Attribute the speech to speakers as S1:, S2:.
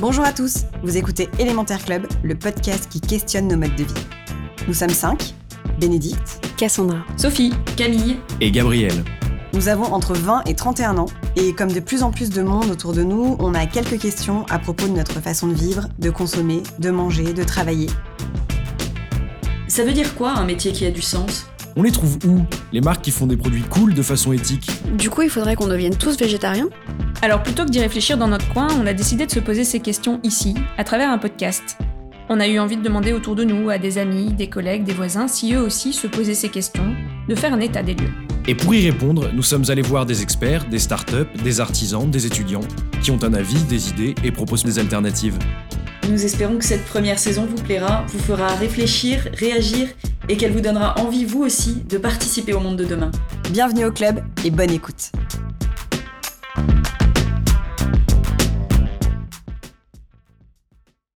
S1: Bonjour à tous, vous écoutez Élémentaire Club, le podcast qui questionne nos modes de vie. Nous sommes cinq, Bénédicte,
S2: Cassandra,
S3: Sophie, Camille,
S4: et Gabriel.
S1: nous avons entre 20 et 31 ans, et comme de plus en plus de monde autour de nous, on a quelques questions à propos de notre façon de vivre, de consommer, de manger, de travailler.
S3: ça veut dire quoi un métier qui a du sens
S4: On les trouve où Les marques qui font des produits cool de façon éthique.
S2: Du coup, il faudrait qu'on devienne tous végétariens
S5: Alors plutôt que d'y réfléchir dans notre coin, on a décidé de se poser ces questions ici, à travers un podcast. On a eu envie de demander autour de nous, à des amis, des collègues, des voisins, si eux aussi se posaient ces questions, de faire un état des lieux.
S4: Et pour y répondre, nous sommes allés voir des experts, des startups, des artisans, des étudiants, qui ont un avis, des idées et proposent des alternatives.
S3: Nous espérons que cette première saison vous plaira, vous fera réfléchir, réagir et qu'elle vous donnera envie vous aussi de participer au monde de demain.
S1: Bienvenue au club et bonne écoute.